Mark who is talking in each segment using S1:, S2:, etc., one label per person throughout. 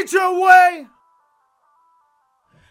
S1: Get your way!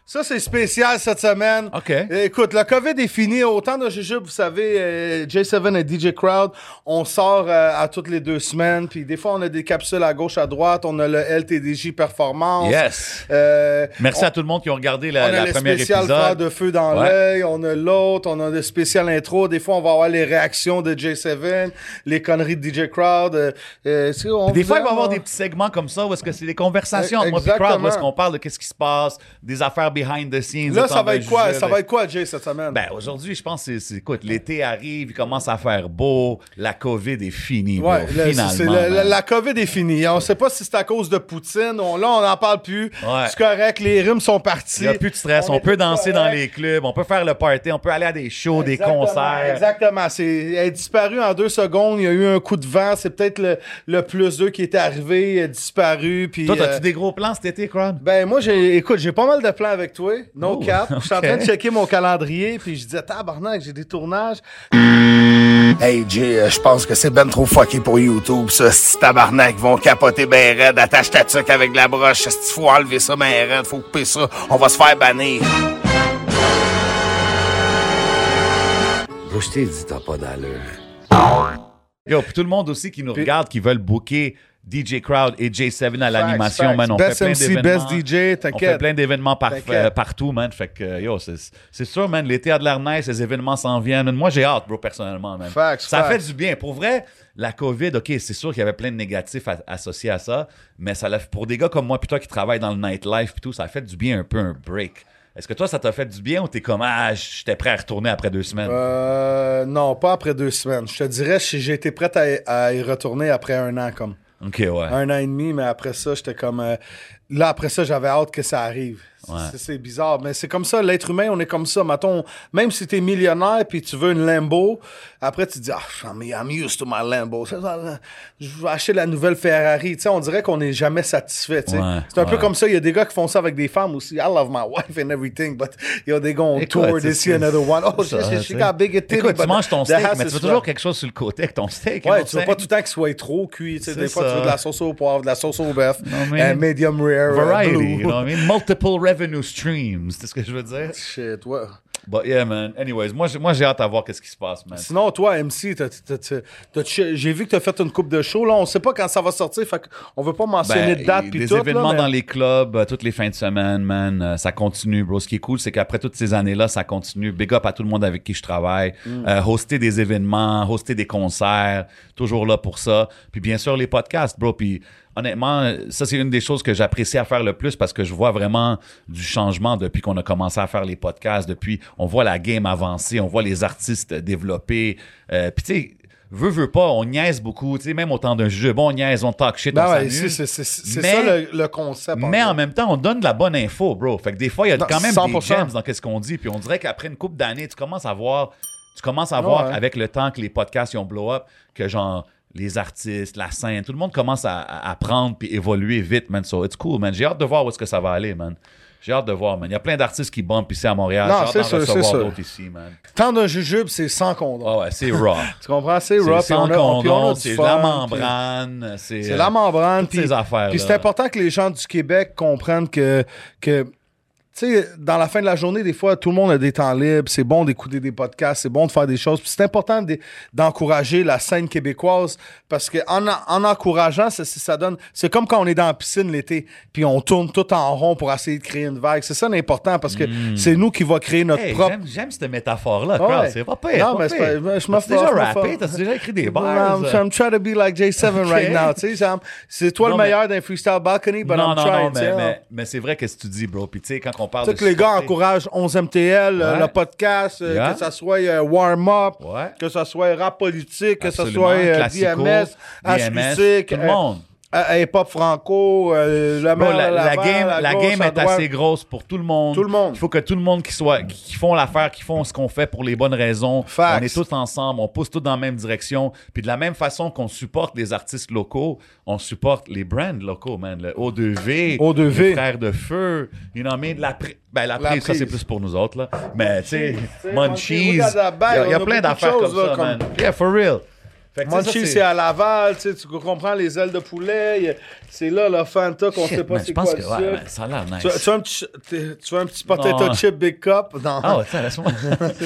S1: Ça, c'est spécial cette semaine.
S2: OK.
S1: Écoute, le COVID est fini. Autant de Jujube, vous savez, euh, J7 et DJ Crowd, on sort euh, à toutes les deux semaines. Puis des fois, on a des capsules à gauche, à droite. On a le LTDJ Performance.
S2: Yes.
S1: Euh,
S2: Merci
S1: on-
S2: à tout le monde qui ont regardé
S1: on
S2: la,
S1: a
S2: la
S1: le
S2: première
S1: spécial
S2: épisode.
S1: Frère de feu dans
S2: Ouais.
S1: l'œil, on a l'autre, on a le spécial intro. Des fois, on va avoir les réactions de J7, les conneries de DJ Crowd. euh, euh, tu sais, on
S2: Des
S1: vous
S2: fois, il
S1: aime,
S2: va y avoir
S1: hein.
S2: des petits segments comme ça où est-ce que c'est des conversations entre moi et
S1: Exactement.
S2: Crowd, où est-ce qu'on parle de qu'est-ce qui se passe, des affaires behind the scenes.
S1: Là,
S2: autant
S1: ça va
S2: de
S1: être quoi?
S2: juger,
S1: Ça
S2: de-
S1: va être quoi, Jay, cette semaine?
S2: Ben, aujourd'hui, je pense que c'est- c'est- écoute, l'été arrive, il commence à faire beau, la COVID est finie,
S1: Ouais,
S2: bro,
S1: le- c'est-
S2: finalement.
S1: c'est le- la,
S2: man.
S1: la COVID est finie. On sait pas si c'est à cause de Poutine. On- là, on n'en parle plus.
S2: Ouais.
S1: C'est correct. Les rimes sont
S2: Il
S1: parties.
S2: n'y a plus de stress, on,
S1: est
S2: peut
S1: tous
S2: danser dans
S1: corrects.
S2: les clubs, on peut faire le party, on peut aller à des shows,
S1: Exactement,
S2: des concerts.
S1: Exactement. C'est, elle est disparue en deux secondes. Il y a eu un coup de vent. C'est peut-être le, le plus 2 qui est arrivé. Elle est disparue. Puis,
S2: Toi,
S1: euh,
S2: as-tu des gros plans cet été, Crowd?
S1: Ben moi j'ai écoute, j'ai pas mal de plans avec toi, no
S2: Oh,
S1: cap. Je suis en
S2: ok.
S1: train de checker mon calendrier puis je disais tabarnak, j'ai des tournages.
S3: Hey Jay, euh, je pense que c'est ben trop fucké pour YouTube, ça. Ces tabarnak vont capoter ben raide, attache ta tuque avec de la broche. Si faut enlever ça ben raide, faut couper ça, on va se faire bannir.
S4: Bro, je t'ai dit, t'as pas d'allure.
S2: Yo, puis tout le monde aussi qui nous regarde, qui veulent booker DJ Crowd et J7 à l'animation,
S1: facts.
S2: man. On
S1: Best
S2: fait plein
S1: MC,
S2: d'événements.
S1: best DJ,
S2: On fait
S1: t'inquiète.
S2: plein d'événements par-
S1: T'inquiète.
S2: euh, partout, man. Fait que, yo, c'est c'est sûr, man, l'été a de l'air nice, les événements s'en viennent. Moi, j'ai hâte, bro, personnellement, man.
S1: Facts,
S2: ça
S1: facts.
S2: fait du bien. Pour vrai, la COVID, OK, c'est sûr qu'il y avait plein de négatifs a- associés à ça, mais ça l'a- pour des gars comme moi, puis toi qui travaillent dans le nightlife, puis tout, ça a fait du bien un peu un break. Est-ce que toi, ça t'a fait du bien ou t'es comme, ah, j'étais prêt à retourner après deux semaines?
S1: Euh, non, pas après deux semaines. Je te dirais si j'ai été prête à, y- à y retourner après un an comme.
S2: OK, ouais.
S1: Un an et demi, mais après ça, j'étais comme euh, là après ça, j'avais hâte que ça arrive. C'est-
S2: Ouais.
S1: C'est c'est bizarre, mais c'est comme ça, l'être humain, on est comme ça. Mettons, même si t'es millionnaire puis tu veux une Lambo, après tu dis ah I'm, I'm used to my Lambo. Ça, ça, ça, Je vais acheter la nouvelle Ferrari. Tu sais, on dirait qu'on n'est jamais satisfait. tu sais.
S2: Ouais,
S1: c'est un peu
S2: ouais.
S1: comme ça. Il y a des gars qui font ça avec des femmes aussi. I love my wife and everything, but il y a des gars on
S2: Écoute,
S1: tour
S2: c'est-
S1: this see another one. Oh,
S2: Ça,
S1: she, she
S2: tu sais.
S1: got big titty,
S2: Écoute,
S1: but
S2: tu manges ton
S1: the
S2: steak,
S1: ass
S2: mais
S1: is
S2: tu veux toujours
S1: flat.
S2: quelque chose sur le côté avec ton steak. hein,
S1: Ouais,
S2: mon
S1: tu veux
S2: steak.
S1: pas tout le temps qu'il soit trop cuit. tu sais,
S2: C'est
S1: des fois, tu
S2: ça.
S1: veux de la sauce au poivre, de la sauce au bœuf,
S2: Non, mais-
S1: euh, medium rare, euh, blue.
S2: Variety, you know what I mean? Multiple revenue streams, c'est ce que je veux dire.
S1: Shit, ouais.
S2: But yeah, man. Anyways, moi, j'ai- moi j'ai hâte à voir qu'est-ce qui se passe, man.
S1: Sinon, toi, MC, t'as- t'as- t'as- t'as- j'ai vu que tu as fait une coupe de show. Là, on sait pas quand ça va sortir. Fait qu'on veut pas mentionner
S2: Ben,
S1: de date.
S2: et-
S1: puis
S2: des
S1: tout, là,
S2: événements
S1: mais-
S2: dans les clubs, euh, toutes les fins de semaine, man. euh, ça continue, bro. Ce qui est cool, c'est qu'après toutes ces années-là, ça continue. Big up à tout le monde avec qui je travaille.
S1: Mm.
S2: Euh, hoster des événements, hoster des concerts. Toujours là pour ça. Puis bien sûr, les podcasts, bro. Puis honnêtement, euh, ça, c'est une des choses que j'apprécie à faire le plus parce que je vois vraiment du changement depuis qu'on a commencé à faire les podcasts. Depuis, on voit la game avancer, on voit les artistes développer. Euh, puis tu sais, Veux, veux pas, on niaise beaucoup, tu sais, même au temps d'un jeu, bon, on niaise, on talk shit,
S1: Ben
S2: on
S1: ouais,
S2: s'amuse.
S1: c'est c'est- c'est- c'est
S2: Mais-
S1: ça le, le concept.
S2: Mais en
S1: fait.
S2: même temps, on donne de la bonne info, bro. Fait que des fois, il y a
S1: Non,
S2: quand même
S1: 100%.
S2: des gems dans ce qu'on dit. Puis on dirait qu'après une couple d'années, tu commences à voir, tu commences à voir
S1: Ouais.
S2: avec le temps que les podcasts ils ont blow up, que genre les artistes, la scène, tout le monde commence à, à apprendre puis évoluer vite, man. So it's cool, man. J'ai hâte de voir où est-ce que ça va aller, man. J'ai hâte de voir, man. Il y a plein d'artistes qui bombent ici à Montréal.
S1: Non,
S2: J'ai
S1: c'est
S2: hâte d'en
S1: sûr, c'est
S2: recevoir
S1: sûr.
S2: d'autres ici, man.
S1: Tant d'un jujube, c'est sans condom.
S2: Ah ouais, c'est raw.
S1: Tu comprends? C'est
S2: c'est
S1: rough.
S2: sans condom, c'est la
S1: membrane.
S2: membrane. C'est euh,
S1: C'est la membrane.
S2: toutes
S1: puis-
S2: ces affaires-là.
S1: Puis c'est important que les gens du Québec comprennent que, que tu sais, dans la fin de la journée, des fois, tout le monde a des temps libres. C'est bon d'écouter des podcasts, c'est bon de faire des choses. Puis c'est important d'e- d'encourager la scène québécoise parce que en, en- en encourageant, ça, ça- ça donne. C'est comme quand on est dans la piscine l'été, puis on tourne tout en rond pour essayer de créer une vague. C'est ça l'important parce que c'est nous qui va créer notre
S2: Hmm. Hey,
S1: propre.
S2: j'aime- J'aime cette métaphore-là,
S1: Ah
S2: Carl.
S1: ouais.
S2: C'est pas pire.
S1: Non,
S2: pas
S1: mais c'est
S2: pire.
S1: pas- je m'en
S2: T'as-tu déjà
S1: fous, je m'en
S2: rappé,
S1: fous.
S2: t'as déjà écrit des bars.
S1: I'm, I'm trying to be like J7 right
S2: Ok.
S1: now. Tu sais, genre, c'est toi
S2: Non,
S1: le
S2: mais-
S1: meilleur d'un freestyle balcony, but
S2: non,
S1: I'm
S2: non,
S1: trying.
S2: non,
S1: tu sais,
S2: mais,
S1: hein.
S2: mais, mais c'est vrai qu'est-ce que tu dis, bro. Puis tu sais, quand on parle
S1: Tu
S2: de
S1: sais que les gars
S2: supporter-
S1: encouragent 11MTL, euh,
S2: ben, Ouais.
S1: le podcast, euh,
S2: Yeah.
S1: que ça soit euh, Warm Up,
S2: Ouais.
S1: que ça soit Rap Politique, que ça
S2: Absolument.
S1: soit euh,
S2: Classico,
S1: DMS,
S2: DMS,
S1: H-Music,
S2: tout le monde.
S1: euh, Hip Hop Franco, euh, le
S2: Bro,
S1: maire
S2: la,
S1: à
S2: la
S1: Laval,
S2: game,
S1: à
S2: la
S1: gauche,
S2: game
S1: à
S2: est
S1: droite.
S2: assez grosse pour tout le monde.
S1: Tout le monde.
S2: Il faut que tout le monde qui soit, qui font l'affaire, qui font ce qu'on fait pour les bonnes raisons.
S1: Facts.
S2: On est tous ensemble, on pousse tous dans la même direction. Puis de la même façon qu'on supporte les artistes locaux, on supporte les brands locaux, man. Le O2V,
S1: O2V.
S2: les Frères de Feu, you know, mais la, pri- ben, la,
S1: La
S2: prise, ça
S1: prise.
S2: c'est plus pour nous autres, là. Mais tu sais,
S1: sais,
S2: Munchies,
S1: Munchies, regarde la
S2: il y a,
S1: balle,
S2: il y a
S1: on
S2: plein
S1: a beaucoup de
S2: d'affaires
S1: choses,
S2: comme ça,
S1: là,
S2: man. Yeah, for real. Fait que, tu sais, ça,
S1: Munchies, c'est à Laval, tu sais, tu comprends les ailes de poulet, il y a- c'est là le Fanta qu'on
S2: Shit,
S1: sait pas
S2: man,
S1: c'est
S2: je
S1: quoi
S2: pense
S1: le
S2: que ouais,
S1: sucre.
S2: man, ça a l'air nice.
S1: Tu, veux- tu veux un petit, t'es- tu veux un petit potato
S2: Non.
S1: chip big cup? Non.
S2: Ah, ouais, tiens, laisse-moi.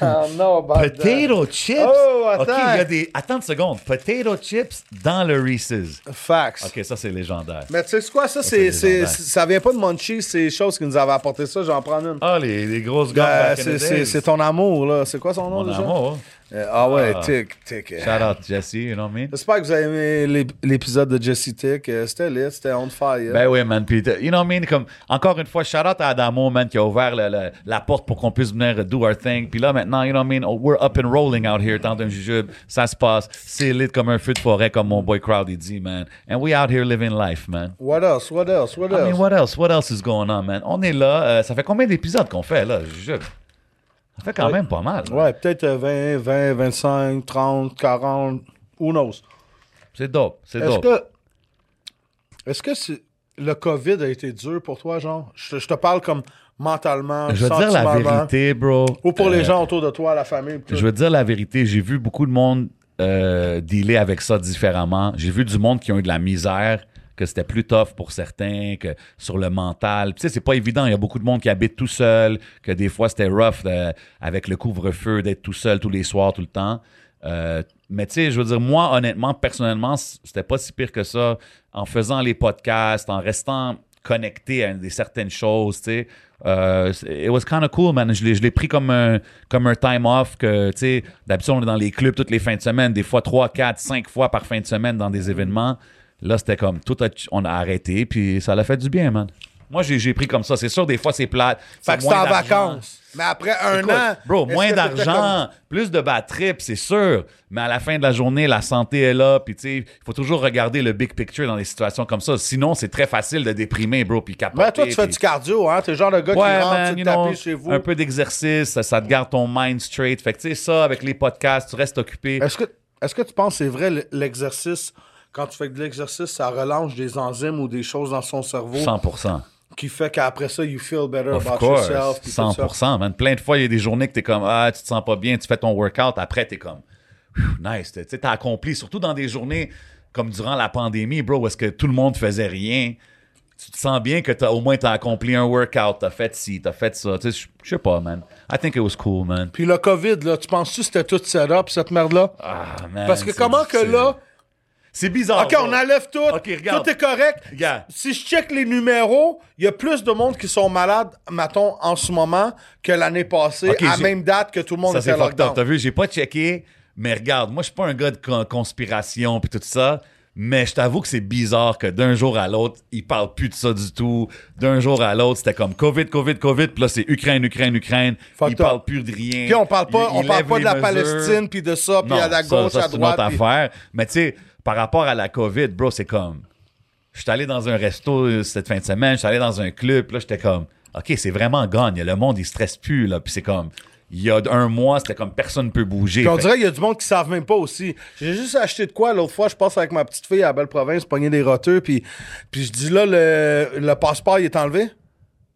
S1: Ah, non, bah,
S2: Potato chips?
S1: Oh, attends.
S2: OK, il y a des... Attends une seconde. Potato chips dans le Reese's.
S1: Facts.
S2: OK, ça, c'est légendaire.
S1: Mais tu sais quoi, ça, c'est,
S2: c'est
S1: c'est-
S2: légendaire.
S1: ça vient pas de Munchies, c'est les choses qui nous avaient apporté ça, j'en prends une.
S2: Ah, les, les grosses
S1: Euh,
S2: gommes back in the
S1: c'est, c'est,
S2: days.
S1: c'est ton amour, là. C'est quoi son nom,
S2: Mon
S1: déjà?
S2: amour.
S1: Euh, ah ouais,
S2: Ah.
S1: tic, tic. euh.
S2: Shout out, Jesse, you know what I mean?
S1: J'espère que vous avez aimé l'ép- l'épisode de Jesse Tick. Euh, C'était lit, c'était on fire.
S2: Ben oui, man. Puis, you know what I mean? Comme, encore une fois, shout out à Adamo, man, qui a ouvert le- le- la porte pour qu'on puisse venir do our thing. Puis là, maintenant, you know what I mean? Oh, We're up and rolling out here, tant d'un jujube. Ça se passe. C'est lit comme un feu de forêt, comme mon boy Crowd, il dit, man. And we out here living life, man.
S1: what else? What else? What
S2: I
S1: else?
S2: mean, what else? What else is going on, man? On est là. euh, ça fait combien d'épisodes qu'on fait, là, jujube? Ça fait quand même pas mal. là.
S1: Ouais, peut-être euh, 20, 20, 25, 30, 40, who knows?
S2: C'est dope. C'est
S1: Est-ce
S2: dope.
S1: que. Est-ce que c'est- le COVID a été dur pour toi, genre? Je, te- je te parle comme mentalement,
S2: Je veux dire la
S1: sentimentalement.
S2: vérité, bro.
S1: Ou pour
S2: Euh,
S1: les gens autour de toi, la famille. tout.
S2: Je veux dire la vérité, j'ai vu beaucoup de monde euh, dealer avec ça différemment. J'ai vu du monde qui ont eu de la misère, que c'était plus tough pour certains, que sur le mental. Puis, Tu sais, c'est pas évident. Il y a beaucoup de monde qui habite tout seul, que des fois c'était rough euh, avec le couvre-feu d'être tout seul tous les soirs, tout le temps. Euh, mais tu sais, je veux dire, moi, honnêtement, personnellement, c- c'était pas si pire que ça. En faisant les podcasts, en restant connecté à des certaines choses, tu sais. Euh, c'est- it was kind of cool, man. Je l'ai, je l'ai pris comme un, comme un time off que, tu sais, d'habitude, on est dans les clubs toutes les fins de semaine, des fois 3, 4, 5 fois par fin de semaine dans des événements. Là, c'était comme, tout a- on a arrêté, puis ça l'a fait du bien, man. Moi, j'ai, j'ai pris comme ça. C'est sûr, des fois, c'est plate.
S1: Fait que c'est
S2: moins
S1: en
S2: d'argent.
S1: vacances. Mais après un
S2: Écoute,
S1: an.
S2: Bro,
S1: est-ce
S2: moins
S1: que t'étais
S2: d'argent, plus de bad trip, c'est sûr. Mais à la fin de la journée, la santé est là. Puis, tu sais, il faut toujours regarder le big picture dans des situations comme ça. Sinon, c'est très facile de déprimer, bro, puis
S1: comme-
S2: capoter.
S1: Ouais, Ben, toi, tu fais
S2: puis-
S1: du cardio, hein? T'es le genre de gars
S2: Ouais,
S1: qui rentre
S2: man,
S1: sur le
S2: you
S1: tapis
S2: know,
S1: chez vous.
S2: Un peu d'exercice, ça, ça te garde ton mind straight. Fait que, tu sais, ça, avec les podcasts, tu restes occupé.
S1: Est-ce que, est-ce que tu penses que c'est vrai l- l'exercice, quand tu fais de l'exercice, ça relance des enzymes ou des choses dans son cerveau
S2: 100
S1: qui fait qu'après ça, you feel better
S2: Of
S1: about
S2: course,
S1: yourself? puis tout ça?
S2: 100%. Man. Plein de fois, il y a des journées que t'es comme, ah, tu te sens pas bien, tu fais ton workout, après, t'es comme, Phew, nice, tu sais, t'as accompli, surtout dans des journées comme durant la pandémie, bro, où est-ce que tout le monde faisait rien. Tu te sens bien que t'as, au moins t'as accompli un workout, t'as fait ci, t'as fait ça, tu sais, je- je sais pas, man. I think it was cool, man.
S1: Puis le COVID, là, tu penses-tu que c'était tout setup, cette merde-là?
S2: Ah, man,
S1: Parce que
S2: c'est-
S1: comment que
S2: c'est-
S1: là,
S2: C'est bizarre.
S1: OK, on
S2: bro.
S1: enlève tout,
S2: Ah, Ok, regarde.
S1: tout est correct.
S2: Regarde.
S1: Si je check les numéros, il y a plus de monde qui sont malades, mettons, en ce moment, que l'année passée,
S2: Ok,
S1: à
S2: j'ai-
S1: même date que tout le monde
S2: Ça, c'est
S1: était
S2: fucked up.
S1: lockdown.
S2: T'as vu, j'ai pas checké, mais regarde, moi, je suis pas un gars de con- conspiration puis tout ça, mais je t'avoue que c'est bizarre que d'un jour à l'autre, ils parlent plus de ça du tout. D'un jour à l'autre, c'était comme COVID, COVID, COVID, puis là, c'est Ukraine, Ukraine, Ukraine.
S1: Fucked
S2: ils
S1: up.
S2: parlent plus de rien.
S1: Puis on parle pas,
S2: Ils-
S1: on
S2: ils
S1: parle
S2: lèvent
S1: pas de
S2: les
S1: la
S2: mesures.
S1: Palestine, puis de ça, puis
S2: Non,
S1: à la
S2: ça,
S1: gauche,
S2: ça,
S1: à
S2: c'est une autre
S1: droite. puis-
S2: affaire. Mais tu sais, par rapport à la COVID, bro, c'est comme. Je suis allé dans un resto euh, cette fin de semaine, je suis allé dans un club, puis là, j'étais comme, OK, c'est vraiment gagne. Le monde, il stresse plus, là. Puis c'est comme, il y a un mois, c'était comme personne ne peut bouger.
S1: Puis on
S2: Fait-
S1: dirait qu'il y a du monde qui savent même pas aussi. J'ai juste acheté de quoi l'autre fois, je passe avec ma petite fille à la belle province, pogner des roteux, puis, puis je dis là, le, le passeport, il est enlevé.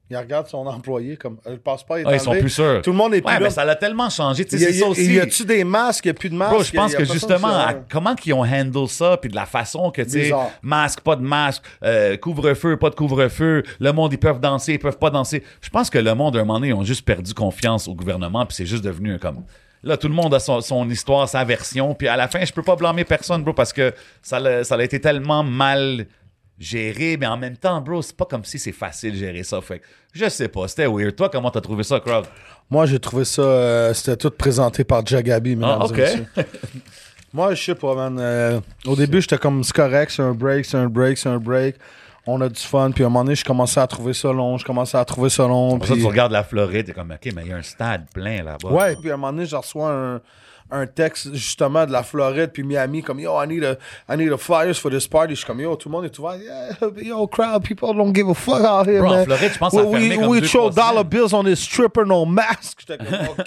S1: Il regarde son employé comme le passeport il est
S2: Ah,
S1: enlevé.
S2: ils sont plus sûrs.
S1: Tout le monde est plus
S2: Ouais,
S1: là.
S2: mais ça l'a tellement changé. Tu
S1: Il y,
S2: sais,
S1: a-
S2: c'est ça
S1: il y a-
S2: aussi.
S1: il y a-tu des masques? Il n'y a plus de masques?
S2: Bro, je
S1: Il y a-
S2: pense
S1: il y a
S2: que
S1: personne qui
S2: justement,
S1: sait.
S2: à- comment qu'ils ont handle ça, puis de la façon que, tu sais,
S1: Bizarre.
S2: masque, pas de masque, euh, couvre-feu, pas de couvre-feu, le monde, ils peuvent danser, ils peuvent pas danser. Je pense que le monde, à un moment donné, ils ont juste perdu confiance au gouvernement, puis c'est juste devenu un comme... Là, tout le monde a son, son histoire, sa version, puis à la fin, je peux pas blâmer personne, bro, parce que ça l'a ça l'a été tellement mal géré, mais en même temps, bro, c'est pas comme si c'est facile de gérer ça. Fait que je sais pas, c'était weird. Toi, comment t'as trouvé ça, Crowd?
S1: Moi, j'ai trouvé ça. euh, C'était tout présenté par Jagabi, mesdames
S2: Ah,
S1: et
S2: ok.
S1: messieurs. Moi, je sais pas, man. euh, au début, j'étais comme, c'est correct, c'est un break, c'est un break, c'est un break. On a du fun. Puis à un moment donné, je commençais à trouver ça long. Je commençais à trouver ça long.
S2: Pour ça,
S1: puis- euh,
S2: tu regardes la Floride, t'es comme, OK, mais il y a un stade plein là-bas.
S1: Ouais, puis à un moment donné, je reçois un, un texte justement de la Floride puis Miami comme Yo, I need, a, I need a flyers for this party. Je suis comme Yo, tout le monde est ouvert. Yeah, yo, crowd, people don't give a fuck out here.
S2: Bro, en
S1: man.
S2: Floride, je pense que ça a
S1: we,
S2: fermé
S1: we,
S2: comme
S1: we
S2: deux,
S1: throw
S2: trois
S1: dollar
S2: semaines.
S1: bills on this stripper, no mask. J'étais comme OK.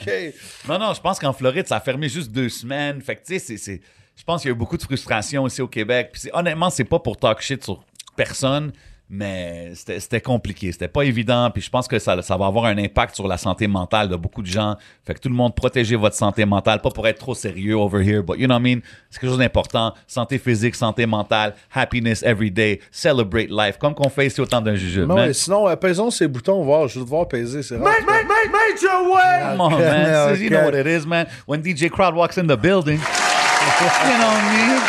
S2: Non, non, je pense qu'en Floride, ça a fermé juste deux semaines. Fait que, tu sais, c'est- c'est- je pense qu'il y a eu beaucoup de frustration aussi au Québec. Puis c'est- honnêtement, c'est pas pour talk shit sur personne, mais c'était c'était compliqué, c'était pas évident, puis je pense que ça, ça va avoir un impact sur la santé mentale de beaucoup de gens. Fait que tout le monde protégez votre santé mentale, pas pour être trop sérieux over here, but you know what I mean, c'est quelque chose d'important, santé physique, santé mentale, happiness every day, celebrate life, comme qu'on fait ici au temps d'un jujube.
S1: Non,
S2: man.
S1: mais sinon, euh, pesons ces boutons, voir. Je veux te voir peser, c'est rare.
S2: Come on,
S1: Okay,
S2: man. You know
S1: okay.
S2: what it is, man. When DJ Crowd walks in the building, you know what I mean?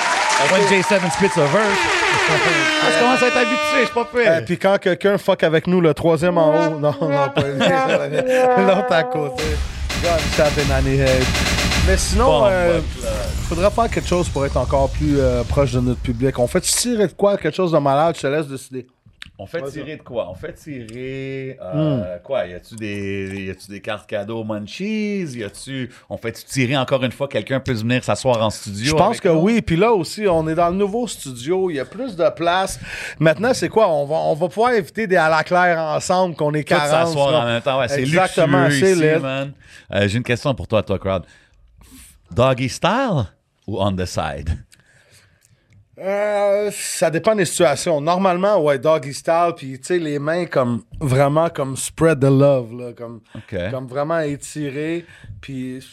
S2: When J7 spits a verse. Ah, Je commence à être habitué, je suis pas
S1: Euh,
S2: prêt.
S1: Puis quand quelqu'un fuck avec nous, le troisième en haut. Non, non, pas lui. L'autre à côté. Gunshot in any head. Mais sinon,
S2: Bon,
S1: euh, faudrait faire quelque chose pour être encore plus euh, proche de notre public. On fait tirer de quoi, quelque chose de malade, je te laisse décider.
S2: On fait tirer de quoi? On fait tirer. euh, Quoi? Y a-tu des, y a-tu des cartes cadeaux Munchies? Y a-tu. On fait tirer encore une fois? Quelqu'un peut venir s'asseoir en studio?
S1: Je pense
S2: avec
S1: que
S2: nous?
S1: oui. Puis là aussi, on est dans le nouveau studio. Il y a plus de place. Maintenant, c'est quoi? On va, on va pouvoir inviter des à la claire ensemble qu'on est
S2: Tout
S1: 40.
S2: s'asseoir en
S1: là.
S2: même temps. Ouais, c'est
S1: Exactement,
S2: luxueux
S1: c'est
S2: ici,
S1: laid.
S2: man. Euh, J'ai une question pour toi, toi, Crowd. Doggy style ou on the side?
S1: Euh, ça dépend des situations. Normalement, ouais, doggy style, puis tu sais, les mains comme vraiment comme spread the love, là, comme,
S2: Ok.
S1: comme vraiment étirées, puis.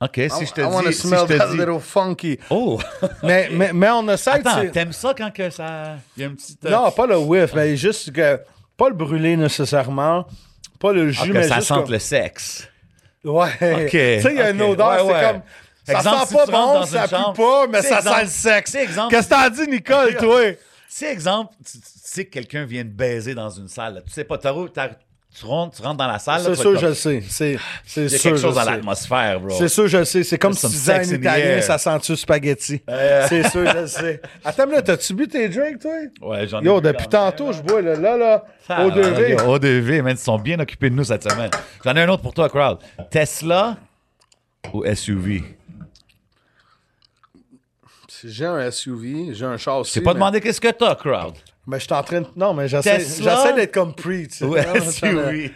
S2: OK, si je te
S1: I wanna
S2: dis... Si
S1: smell
S2: je
S1: that
S2: te dis...
S1: little funky.
S2: Oh!
S1: Mais, mais, mais on a ça,
S2: Attends,
S1: tu sais-
S2: t'aimes ça quand que ça... Il y a un petit... euh,
S1: Non, pas le whiff, mais juste que. Pas le brûler nécessairement, pas le jus,
S2: ah, que
S1: mais
S2: ça
S1: juste.
S2: sente
S1: comme-
S2: le sexe.
S1: Ouais.
S2: OK.
S1: Tu sais, il y a une
S2: OK.
S1: odeur,
S2: Ouais,
S1: c'est
S2: ouais.
S1: comme. Ça
S2: Exemple,
S1: sent
S2: si
S1: pas
S2: tu rentres
S1: bon,
S2: dans
S1: ça
S2: une
S1: pue
S2: chambre,
S1: pas, mais
S2: c'est
S1: ça
S2: exemple-
S1: sent le sexe.
S2: c'est exemple-
S1: Qu'est-ce que t'en dis, Nicole, toi?
S2: Si, exemple, tu, tu sais que quelqu'un vient de baiser dans une salle, là, tu sais pas, t'as- t'as- tu rentres, tu rentres dans la salle... là,
S1: C'est
S2: tu vas
S1: sûr,
S2: être
S1: je
S2: comme-
S1: le sais. C'est c'est
S2: Il y a
S1: sûr.
S2: quelque chose
S1: je
S2: dans
S1: le sais.
S2: l'atmosphère, bro.
S1: C'est sûr, je le sais. C'est comme si tu
S2: some
S1: disais en
S2: sex in the
S1: italien,
S2: air.
S1: ça sent-tu spaghetti.
S2: Euh.
S1: C'est sûr, je le sais. Attends, là, t'as-tu bu tes drinks, toi?
S2: Ouais, j'en ai
S1: Yo,
S2: vu
S1: depuis
S2: quand même.
S1: tantôt, je bois, là, là, là,
S2: Ah,
S1: au 2V.
S2: yo, O2V, man, ils sont bien occupés de nous cette semaine. J'en ai un autre pour toi, Crowd. Tesla ou SUV?
S1: Si J'ai un SUV, j'ai un char aussi.
S2: T'es pas
S1: mais-
S2: demandé qu'est-ce que t'as, Crowd?
S1: Mais je suis en train de... Non, mais j'essaie
S2: Tesla?
S1: j'essaie d'être comme Pre, tu sais.
S2: Ou
S1: Vraiment,
S2: SUV?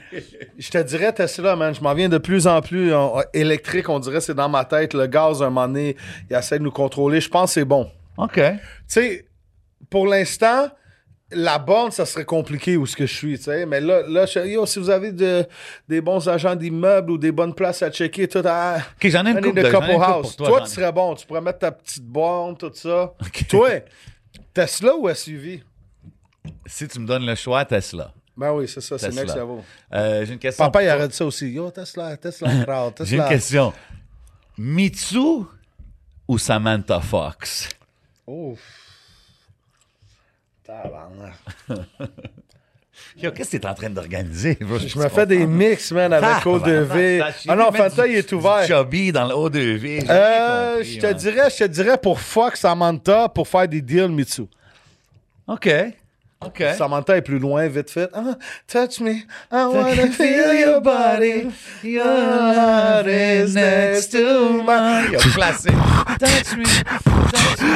S1: Je te dirais Tesla, man. Je m'en viens de plus en plus on- électrique. On dirait c'est dans ma tête. Le gaz, un moment donné, il essaie de nous contrôler. Je pense que c'est bon.
S2: OK.
S1: tu sais, pour l'instant, la borne, ça serait compliqué où ce que je suis, tu sais. Mais là, là je- yo, si vous avez de- des bons agents d'immeubles ou des bonnes places à checker, tout à...
S2: OK, j'en ai une
S1: Prenez
S2: couple de,
S1: de
S2: j'en ai
S1: couple
S2: une couple
S1: house.
S2: pour
S1: Toi,
S2: toi.
S1: tu
S2: j'en ai-
S1: serais bon. Tu pourrais mettre ta petite borne, tout ça.
S2: Ok.
S1: Toi, Tesla ou SUV?
S2: Si tu me donnes le choix, Tesla.
S1: Ben oui, c'est ça, c'est
S2: Tesla.
S1: next level.
S2: Euh, J'ai une question.
S1: Papa, il
S2: pour toi.
S1: arrête ça aussi. Yo, Tesla, Tesla, crowd,
S2: J'ai une
S1: Tesla.
S2: question. Mitsu ou Samantha Fox?
S1: Ouf. Tabarnak.
S2: Yo, qu'est-ce que t'es en train d'organiser? bro?
S1: Je me fais des mix, man, avec O2V. Ah non, Fanta, il est ouvert.
S2: Chubby dans le O2V. j'ai
S1: Euh,
S2: compris,
S1: je te
S2: man.
S1: dirais, je te dirais pour fuck Samantha pour faire des deals, Mitsu.
S2: OK. OK.
S1: Samantha est plus loin, vite fait. Ah, touch me, I wanna feel your body. Your heart is next to mine.
S2: Yo, classique. Touch me, touch me,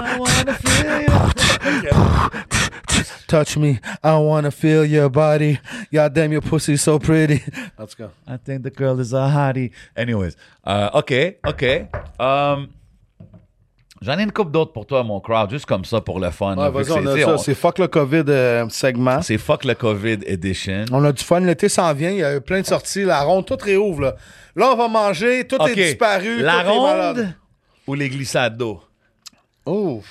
S2: I wanna feel you.
S1: Touch me, I wanna feel your body. God damn, your pussy so pretty. En tout cas.
S2: I think the girl is a hottie. Anyways, euh, OK, OK. Um, J'en ai une coupe d'autres pour toi, mon crowd, juste comme ça pour le fun. là,
S1: Ouais,
S2: vu que
S1: vas-y, on a
S2: c'est-
S1: ça.
S2: on-
S1: C'est fuck le COVID euh, segment.
S2: C'est fuck le COVID edition.
S1: On a du fun, l'été s'en vient, il y a eu plein de sorties, la ronde, tout réouvre. Là, là on va manger, tout
S2: OK.
S1: est disparu,
S2: La
S1: tout est malade.
S2: ronde ou les glissades d'eau?
S1: Oh.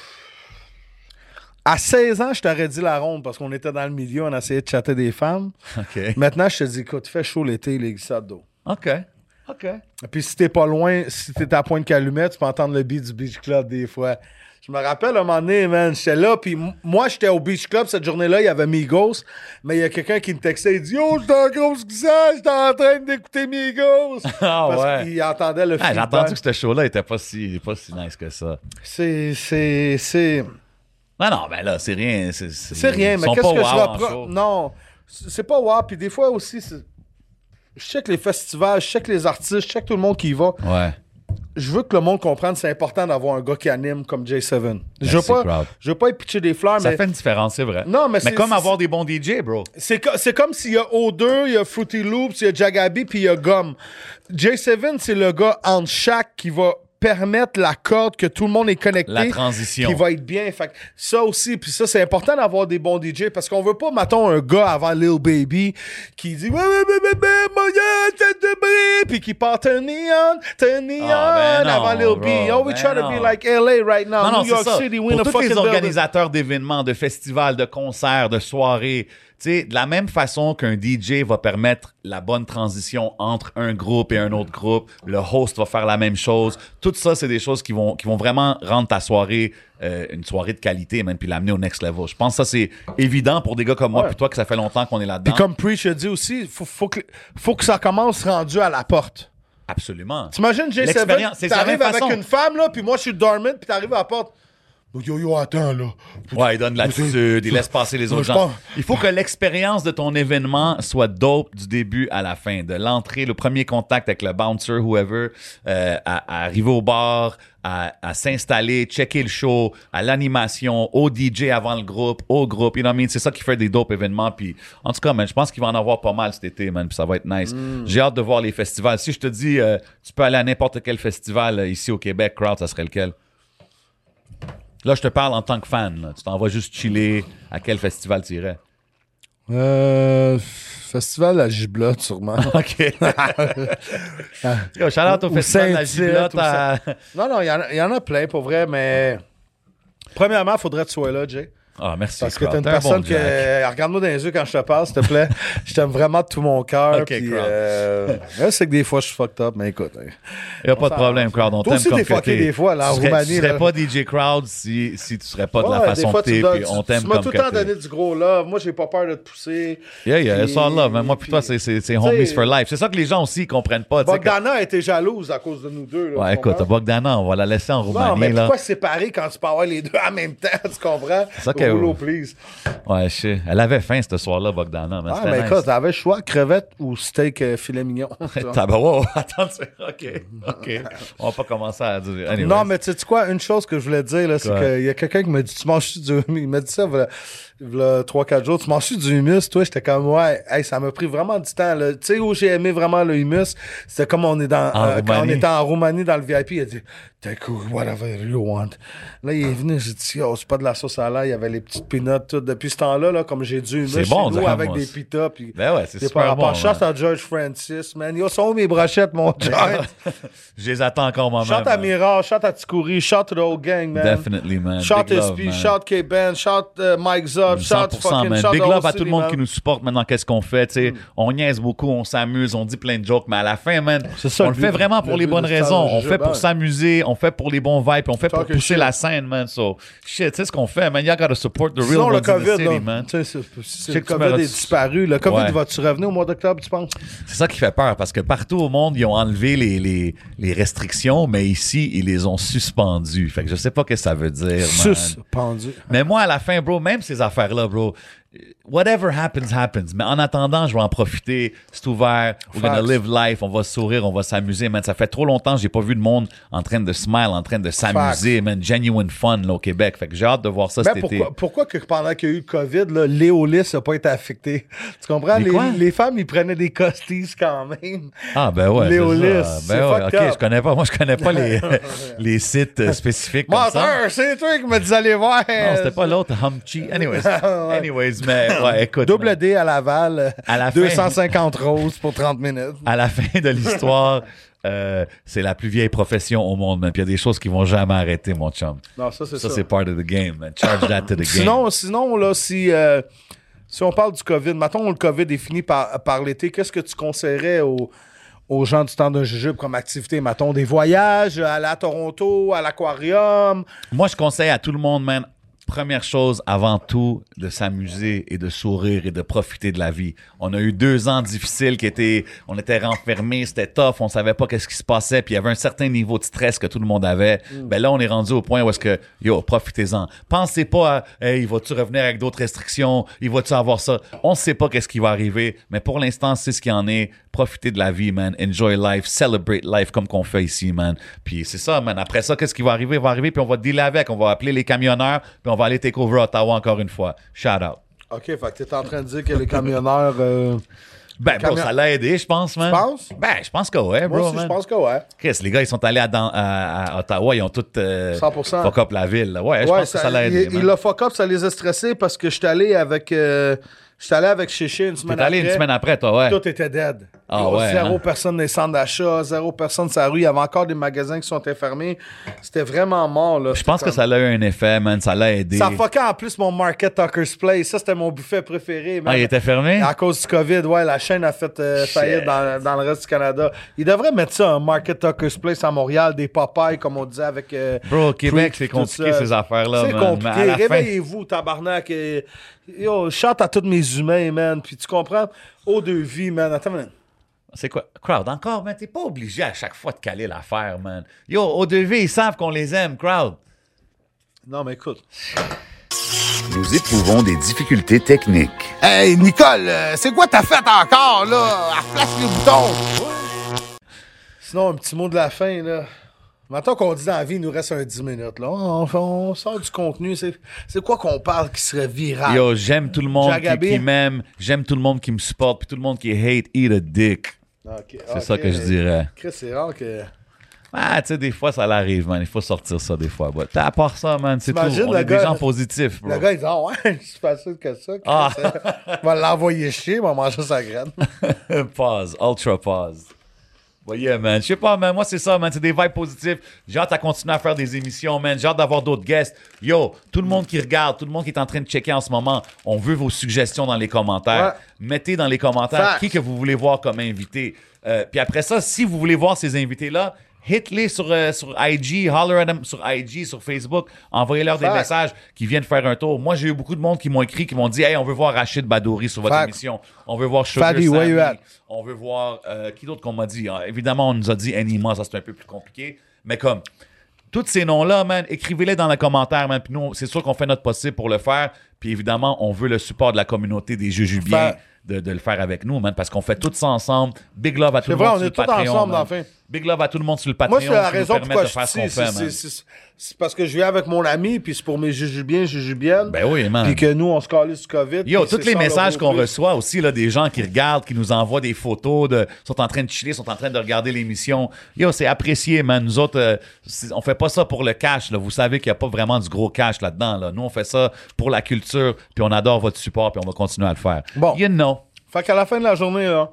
S1: À 16 ans, je t'aurais dit la ronde parce qu'on était dans le milieu, on essayait de chatter des femmes.
S2: OK.
S1: Maintenant, je te dis, écoute, fais chaud l'été, les glissades d'eau.
S2: OK. OK.
S1: Puis si t'es pas loin, si t'es à pointe calumet, tu peux entendre le beat du Beach Club des fois. Je me rappelle un moment donné, man, j'étais là, puis m- moi, j'étais au Beach Club cette journée-là, il y avait Migos, mais il y a quelqu'un qui me textait, il dit Yo, j'étais en grosse glissade, j'étais en train d'écouter Migos.
S2: Ah
S1: Parce
S2: ouais.
S1: qu'il entendait le
S2: Ah, J'ai entendu
S1: feedback.
S2: que ce show-là était pas si, pas si nice que ça.
S1: C'est. C'est. C'est.
S2: Non, non, ben là, c'est rien. C'est
S1: C'est rien,
S2: ils
S1: mais
S2: sont
S1: qu'est-ce
S2: pas
S1: que je
S2: wow en show.
S1: reprends? Non, c'est c'est pas wow. Puis des fois aussi, c'est- je check les festivals, je check les artistes, je check tout le monde qui y va.
S2: Ouais.
S1: Je veux que le monde comprenne que c'est important d'avoir un gars qui anime comme J7. Je veux
S2: Merci,
S1: pas,
S2: crowd.
S1: je veux pas y pitcher des fleurs,
S2: Ça
S1: mais
S2: fait une différence, c'est vrai.
S1: Non, mais c'est-
S2: Mais comme
S1: c'est-
S2: avoir des bons DJ, bro.
S1: c'est co- c'est comme s'il y a O2, il y a Fruity Loops, il y a Jagabi, puis il y a Gum. J7, c'est le gars entre chaque qui va permettre la corde que tout le monde est connecté.
S2: La transition.
S1: Qui va être bien. Fait que ça aussi, puis ça, c'est important d'avoir des bons DJ parce qu'on veut pas, mettons, un gars avant Lil Baby qui dit Ouais, ouais, ouais, ouais, ouais, mon gars, tête de brie puis qui part Turn me on, turn me
S2: Ah,
S1: on
S2: ben non,
S1: avant Lil B.
S2: bro,
S1: Oh,
S2: ben
S1: we try to
S2: non.
S1: be like LA right now.
S2: Non, non,
S1: New
S2: c'est
S1: York
S2: ça.
S1: City, we in
S2: Pour
S1: a
S2: tous
S1: fucking
S2: les
S1: building.
S2: organisateurs d'événements, de festivals, de concerts, de soirées, tu sais, de la même façon qu'un DJ va permettre la bonne transition entre un groupe et un autre groupe, le host va faire la même chose. Tout ça, c'est des choses qui vont, qui vont vraiment rendre ta soirée euh, une soirée de qualité, même, puis l'amener au next level. Je pense que ça, c'est évident pour des gars comme moi,
S1: Ouais.
S2: puis toi, que ça fait longtemps qu'on est là-dedans.
S1: Puis comme Preach a dit aussi, faut, faut, que, faut que ça commence rendu à la porte.
S2: Absolument.
S1: T'imagines J7,
S2: L'expérience, c'est de la
S1: t'arrives
S2: même
S1: avec
S2: façon.
S1: une femme, là, puis moi, je suis dormant, puis t'arrives à la porte. Yo, yo, attends, là.
S2: Ouais, il donne l'attitude, il laisse passer les autres
S1: je
S2: gens.
S1: pense-
S2: Il faut que l'expérience de ton événement soit dope du début à la fin, de l'entrée, le premier contact avec le bouncer, whoever, euh, à, à arriver au bar, à, à s'installer, checker le show, à l'animation, au DJ avant le groupe, au groupe, you know what I mean? C'est ça qui fait des dope événements. Puis, en tout cas, man, je pense qu'il va en avoir pas mal cet été, man, puis ça va être nice.
S1: Mm.
S2: J'ai hâte de voir les festivals. Si je te dis, euh, tu peux aller à n'importe quel festival euh, ici au Québec, crowd, ça serait lequel? Là, je te parle en tant que fan. là. Tu t'en vas juste chiller. À quel festival tu irais?
S1: Euh, festival à Giblotte, sûrement.
S2: OK. Yo, shout out au
S1: Ou
S2: festival de la
S1: Saint-Tite,
S2: Giblotte
S1: ou
S2: à-
S1: non, non, il y en a- il y, en a plein, pour vrai, mais... Premièrement, faudrait que tu sois là, Jay.
S2: Ah, merci.
S1: Parce que
S2: Crowd.
S1: t'es une
S2: un
S1: personne
S2: bon
S1: que...
S2: Jack.
S1: euh, Regarde-moi dans les yeux quand je te parle, s'il te plaît. je t'aime vraiment de tout mon cœur.
S2: Ok,
S1: puis,
S2: crowd.
S1: euh, ouais, c'est que des fois, je suis fucked up, mais écoute... hein.
S2: Y a pas de problème, Crowd. On t'aime
S1: Toi aussi,
S2: comme
S1: t'es
S2: que
S1: fucké
S2: t'es.
S1: des fois, là,
S2: Tu
S1: en
S2: serais-
S1: Roumanie,
S2: Tu serais
S1: là.
S2: pas DJ Crowd si, si tu serais pas de la
S1: Ouais,
S2: façon que
S1: tu
S2: t'es,
S1: donnes-
S2: puis on
S1: tu-
S2: t'aime
S1: Tu m'as
S2: comme
S1: tout
S2: que
S1: le temps
S2: t'es.
S1: donné du gros love. Moi, j'ai pas peur de te pousser.
S2: Yeah, yeah, it's all
S1: Puis-
S2: love. man. Moi, puis toi, c'est, c'est, c'est homies
S1: t'sais,
S2: for life. C'est ça que les gens aussi comprennent pas. tu sais, que-
S1: Bogdana a été jalouse à cause de nous deux. là,
S2: Ouais,
S1: tu
S2: écoute,
S1: comprends?
S2: Bogdana, on va la laisser en
S1: Non, mais
S2: Roumanie, là.
S1: pourquoi séparer quand tu peux avoir les deux en même temps, tu comprends?
S2: ça que-
S1: Rouleau, please.
S2: Ouais, je sais. Elle avait faim ce soir-là, Bogdana. man.
S1: Ah,
S2: C'était
S1: mais
S2: nice.
S1: écoute, t'avais le choix, crevette ou steak euh, filet mignon. tu vois.
S2: Tabar- bah, wow, attends, c'est- OK, OK. On va pas commencer à dire. Anyways.
S1: Non, mais tu sais quoi, une chose que je voulais te dire, là, c'est
S2: Quoi?
S1: qu'il y a quelqu'un qui m'a dit Tu manges-tu du humus Il m'a dit ça il y a 3-4 jours. Tu manges-tu du humus Toi, j'étais comme Ouais, hey, ça m'a pris vraiment du temps. là. Tu sais où j'ai aimé vraiment le humus C'était comme on est dans, euh,
S2: En
S1: quand on
S2: Roumanie.
S1: était en Roumanie dans le VIP. Il a dit Take whatever you want. Là, il est venu, j'ai dit Oh, c'est pas de la sauce à l'ail. Il y avait les petites peanuts. Tout. Depuis ce temps-là, là, comme j'ai du humus,
S2: C'est bon,
S1: chez
S2: ça,
S1: nous, avec
S2: moi,
S1: des
S2: ça.
S1: pitas. Puis
S2: Ben ouais, c'est
S1: des
S2: super bon,
S1: parapentes. Chante à George Francis, man. Yo, sont où mes brochettes, mon George
S2: Je les attends encore, maman.
S1: Shout à Mirage, shout à Ticouri, shout to the whole gang, man.
S2: Definitely, man.
S1: Shout
S2: Big love,
S1: SP,
S2: man.
S1: shout K-Ben, shout euh, Mike Zub, shout
S2: 100%,
S1: fucking
S2: man.
S1: shout
S2: Big
S1: the whole
S2: love à tout
S1: city,
S2: le monde
S1: man. Mm.
S2: qui nous supporte maintenant. Qu'est-ce qu'on fait? tu sais, On niaise beaucoup, on s'amuse, on dit plein de jokes, mais à la fin, man,
S1: ça,
S2: on
S1: le
S2: le
S1: but-
S2: fait vraiment
S1: le
S2: pour les
S1: but
S2: bonnes
S1: de ce
S2: raisons.
S1: temps-là,
S2: On
S1: je-
S2: fait
S1: ben.
S2: pour s'amuser, on fait pour les bons vibes, on fait pour
S1: Talk your
S2: pousser
S1: shit.
S2: la scène, man. So, shit, tu sais ce qu'on fait, man. You gotta support the real
S1: Sinon,
S2: ones
S1: le
S2: in the
S1: COVID,
S2: city,
S1: là,
S2: man.
S1: tu sais, c'est- c'est-
S2: que
S1: le
S2: tu me
S1: COVID est
S2: redis-
S1: disparu. Le COVID
S2: Ouais.
S1: va-tu revenir au mois d'octobre, tu penses?
S2: C'est ça qui fait peur parce que partout au monde, ils ont enlevé les, les, les restrictions, mais ici, ils les ont suspendues. Fait que je sais pas ce que ça veut dire, man.
S1: Suspendu.
S2: Mais moi, à la fin, bro, même ces affaires-là, bro, whatever happens, happens. Mais en attendant, je vais en profiter. C'est ouvert. We're gonna
S1: Facts.
S2: live life. On va sourire, on va s'amuser, man. Ça fait trop longtemps que j'ai pas vu de monde en train de smile, en train de s'amuser, man. Genuine fun, là, au Québec. Fait que j'ai hâte de voir ça
S1: Mais
S2: cet été.
S1: Ben, pourquoi, pourquoi que pendant qu'il y a eu le COVID, là, Léolis n'a pas été affecté? Tu comprends?
S2: Les
S1: Les,
S2: quoi?
S1: les femmes, ils prenaient des costis quand même.
S2: Ah, ben ouais. c'est
S1: Léolis,
S2: ça.
S1: c'est
S2: Ben ouais.
S1: fucked
S2: Ok,
S1: up.
S2: je connais pas. Moi, je connais pas les, les sites euh, spécifiques. comme ça.
S1: Menteur, c'est toi qui me disais aller voir.
S2: Non, c'était pas l'autre, Humpty. Anyways. Anyways, mais ouais, écoute.
S1: Double D à Laval, euh,
S2: À la fin.
S1: 250 roses pour 30 minutes.
S2: à la fin de l'histoire, euh, c'est la plus vieille profession au monde, man. Puis il y a des choses qui vont jamais arrêter, mon chum.
S1: Non, ça, c'est
S2: Ça, c'est part of the game, man. Charge that to the game.
S1: Sinon, sinon là, si, euh, si on parle du COVID, mettons le COVID est fini par, par l'été, qu'est-ce que tu conseillerais aux, aux gens du temps d'un jujube comme activité? Mettons des voyages, aller à Toronto, à l'aquarium.
S2: Moi, je conseille à tout le monde, man, première chose, avant tout, de s'amuser et de sourire et de profiter de la vie. On a eu deux ans difficiles qui étaient, on était renfermés, c'était tough, on savait pas qu'est-ce qui se passait, puis il y avait un certain niveau de stress que tout le monde avait. Ben là, on est rendu au point où est-ce que, yo, profitez-en. Pensez pas à, Euh, hey, va-tu revenir avec d'autres restrictions? Il va-tu avoir ça? On sait pas qu'est-ce qui va arriver, mais pour l'instant, c'est ce qui en est. Profitez de la vie, man. Enjoy life. Celebrate life comme qu'on fait ici, man. Puis c'est ça, man. Après ça, qu'est-ce qui va arriver? Va arriver, puis on va dealer avec. On va appeler les camionneurs, puis on va aller take over Ottawa encore une fois. Shout out.
S1: OK, fait que t'es en train de dire que les camionneurs... euh,
S2: Ben, bro,
S1: Camion-
S2: ça l'a aidé, je pense, man.
S1: Tu penses?
S2: Ben, je pense que ouais,
S1: Moi
S2: bro.
S1: aussi, je
S2: man.
S1: pense que ouais.
S2: Chris, les gars, ils sont allés à, Dan- à- à Ottawa, ils ont tous euh,
S1: 100%.
S2: fuck up la ville. là. Ouais, je
S1: Ouais,
S2: pense que ça l'a aidé.
S1: il-
S2: man.
S1: Il l'a fuck up, ça les a stressés parce que j'étais allé avec. euh, J'étais allé avec Chichi une semaine
S2: T'es allé une
S1: après.
S2: semaine après, toi, ouais.
S1: Tout était dead.
S2: Ah
S1: Yo,
S2: ouais,
S1: zéro
S2: hein?
S1: personne dans les centres d'achat, zéro personne sur la rue. Il y avait encore des magasins qui sont fermés. C'était vraiment mort. Là.
S2: Je pense que ça l'a eu un effet, man. Ça l'a aidé.
S1: Ça fuckait en plus mon Market Tucker's Place. Ça, c'était mon buffet préféré. man.
S2: Ah, il était fermé?
S1: À cause du COVID, ouais, la chaîne a fait euh, faillite dans, dans le reste du Canada. Il devrait mettre ça, un Market Tucker's Place à Montréal, des Popeyes, comme on disait avec. euh,
S2: Bro, au Québec,
S1: Preach,
S2: c'est
S1: tout
S2: compliqué,
S1: ça.
S2: ces affaires-là,
S1: C'est
S2: man. Mais à
S1: compliqué.
S2: la fin-
S1: Réveillez-vous, tabarnak. Et- Yo, chante à tous mes humains, man. Puis tu comprends? Eau de vie, man. Attends, une minute.
S2: C'est quoi? Crowd, encore, man. T'es pas obligé à chaque fois de caler l'affaire, man. Yo, au devis, ils savent qu'on les aime, crowd.
S1: Non, mais écoute.
S4: Nous éprouvons des difficultés techniques.
S3: Hey, Nicole, euh, c'est quoi ta fête encore, là? Elle flash les boutons.
S1: Sinon, un petit mot de la fin, là. Maintenant qu'on dit dans la vie, il nous reste un 10 minutes. Là. On, on sort du contenu. C'est c'est quoi qu'on parle qui serait viral?
S2: Ah. Yo, j'aime tout le monde qui,
S1: Jagabi.
S2: qui m'aime, j'aime tout le monde qui me supporte, puis tout le monde qui hate, eat a dick.
S1: Ah, Ok,
S2: C'est
S1: ok. euh,
S2: ça que je dirais.
S1: Chris, c'est rare que.
S2: Ah, tu sais, des fois, ça l'arrive, man. Il faut sortir ça, des fois. but À part ça, man, c'est tout.
S1: T'imagines
S2: On
S1: le
S2: est des
S1: gars-
S2: gens positifs, bro.
S1: Le gars, il dit Ah ouais, je suis facile que ça. Chris,
S2: Ah.
S1: euh, va l'envoyer chier, il va manger sa graine.
S2: pause, ultra pause. But yeah, man. Je sais pas, man. Moi, c'est ça, man. C'est des vibes positives. J'ai hâte à continuer à faire des émissions, man. J'ai hâte d'avoir d'autres guests. Yo, tout le monde qui regarde, tout le monde qui est en train de checker en ce moment, on veut vos suggestions dans les commentaires. Mettez dans les commentaires
S1: Facts.
S2: qui que vous voulez voir comme invité. Euh, Puis après ça, si vous voulez voir ces invités-là, hit-les sur, euh, sur IG, holler at them sur IG, sur Facebook. Envoyez-leur des
S1: Facts.
S2: messages qui viennent faire un tour. Moi, j'ai eu beaucoup de monde qui m'ont écrit, qui m'ont dit « Hey, on veut voir Rachid Badouri sur votre
S1: Facts.
S2: émission. On veut voir Sugar
S1: Fadi, where you
S2: Sammy.
S1: at?
S2: On veut voir euh, qui d'autre qu'on m'a dit. Ah, évidemment, on nous a dit Anima, ça c'est un peu plus compliqué. Mais comme tous ces noms-là, man, écrivez-les dans les commentaires, man. Puis nous, on- c'est sûr qu'on fait notre possible pour le faire. Puis évidemment, on veut le support de la communauté des Jujubiens
S1: Faire-
S2: de, de le faire avec nous, man, parce qu'on fait tout ça ensemble. Big love à tout
S1: C'est
S2: le
S1: vrai,
S2: monde
S1: on
S2: sur
S1: est
S2: le
S1: tous
S2: Patreon,
S1: ensemble,
S2: man.
S1: enfin.
S2: Big love à tout le monde sur le Patreon.
S1: Moi, c'est la
S2: qui nous
S1: raison
S2: permet
S1: pourquoi
S2: de
S1: je
S2: faire ce qu'on
S1: suis
S2: fait,
S1: ici.
S2: man.
S1: C'est- c'est- C'est parce que je vis avec mon ami, puis c'est pour mes jujubiens, jujubiennes.
S2: Ben oui, man.
S1: Puis que nous, on se calisse du COVID.
S2: Yo,
S1: puis
S2: tous
S1: c'est
S2: les
S1: ça,
S2: messages
S1: le
S2: qu'on
S1: gros
S2: reçoit aussi, là, des gens qui regardent, qui nous envoient des photos, de, sont en train de chiller, sont en train de regarder l'émission. Yo, c'est apprécié, man. Nous autres, euh, c'est- on fait pas ça pour le cash, là. Vous savez qu'il n'y a pas vraiment du gros cash là-dedans, là. Nous, on fait ça pour la culture, puis on adore votre support, puis on va continuer à le faire.
S1: Bon.
S2: You know.
S1: Fait qu'à la fin de la journée, là,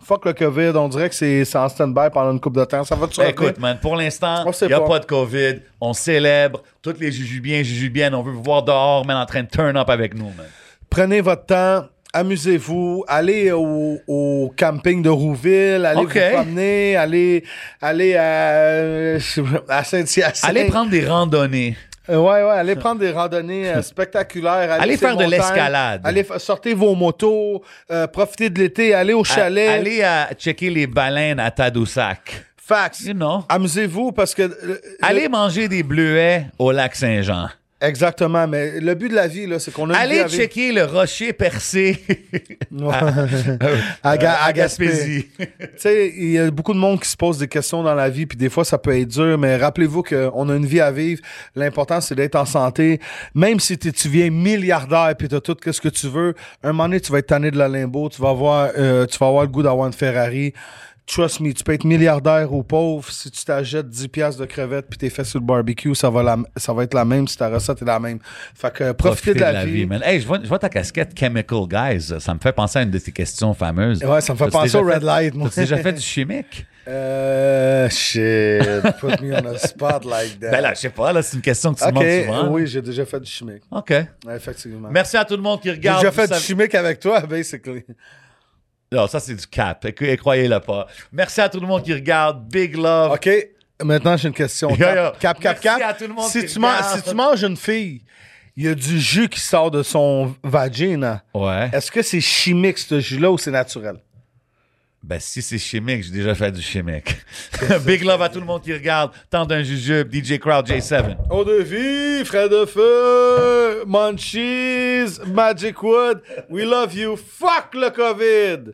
S1: fuck le COVID, on dirait que c'est c'est en stand-by pendant une coupe de temps. Ça va tu
S2: Ben, écoute, man, pour l'instant,
S1: On sait
S2: il n'y a
S1: pas.
S2: pas. de COVID. On célèbre. Toutes les jujubiens, jujubiennes, on veut vous voir dehors, man, en train de turn up avec nous, man.
S1: Prenez votre temps, amusez-vous, allez au, au camping de Rouville, allez
S2: Ok.
S1: vous promener, allez, allez à, à Saint-Hyacinthe.
S2: Allez prendre des randonnées.
S1: Euh, Ouais, ouais, allez prendre des randonnées euh, spectaculaires.
S2: Allez
S1: sur
S2: faire
S1: les
S2: de
S1: montagnes,
S2: l'escalade.
S1: Allez, fa- sortez vos motos, euh, profitez de l'été, allez au chalet.
S2: À- Allez à checker les baleines à Tadoussac.
S1: Fax.
S2: You know.
S1: Amusez-vous parce que. euh,
S2: Allez manger des bleuets au lac Saint-Jean.
S1: Exactement, mais le but de la vie, là, c'est qu'on a une vie
S2: Allez
S1: à vivre.
S2: checker le rocher percé
S1: Ouais. à, Ga- à Gaspésie. ah, Tu sais, il y a beaucoup de monde qui se pose des questions dans la vie, puis des fois, ça peut être dur, mais rappelez-vous qu'on a une vie à vivre. L'important, c'est d'être en santé. Même si t'es- tu viens milliardaire, puis t'as tout ce que tu veux, un moment donné, tu vas être tanné de la limbo, tu vas avoir, euh, tu vas avoir le goût d'avoir une Ferrari. Trust me, tu peux être milliardaire ou pauvre. Si tu t'achètes 10 piastres de crevettes puis t'es fait sur le barbecue, ça va, la- ça va être la même si ta recette est la même. Fait que euh, profitez, de la, vie.
S2: man. Hey, je vois, je vois ta casquette Chemical Guys. Ça me fait penser à une de tes questions fameuses.
S1: Ouais, ça me fait
S2: T'as-tu
S1: penser
S2: déjà
S1: au red
S2: fait-
S1: light, moi.
S2: T'as déjà fait du chimique?
S1: Euh, shit, put me on a spot like that.
S2: Ben là, je sais pas, là, c'est une question que tu
S1: ok,
S2: demandes souvent.
S1: oui, j'ai déjà fait du chimique,
S2: OK.
S1: effectivement.
S2: Merci à tout le monde qui
S1: j'ai
S2: regarde.
S1: déjà
S2: Vous
S1: fait du
S2: savez-
S1: chimique avec toi, basically.
S2: Non, ça, c'est du cap. Écou- Croyez-le pas. Merci à tout le monde qui regarde. Big love.
S1: Ok, maintenant j'ai une question.
S2: Yo, yo.
S1: Cap, cap, cap.
S2: Merci
S1: cap.
S2: à tout le monde
S1: si,
S2: qui
S1: tu manges,
S2: regarde.
S1: si tu manges une fille, il y a du jus qui sort de son vagina.
S2: Ouais.
S1: Est-ce que c'est chimique ce jus-là ou c'est naturel?
S2: Ben, si c'est chimique, j'ai déjà fait du chimique. Big love à tout le monde qui regarde. Tant d'un jujube, DJ Crowd J7.
S1: Eau de vie, frais de feu, munchies, magic wood, we love you, fuck le COVID!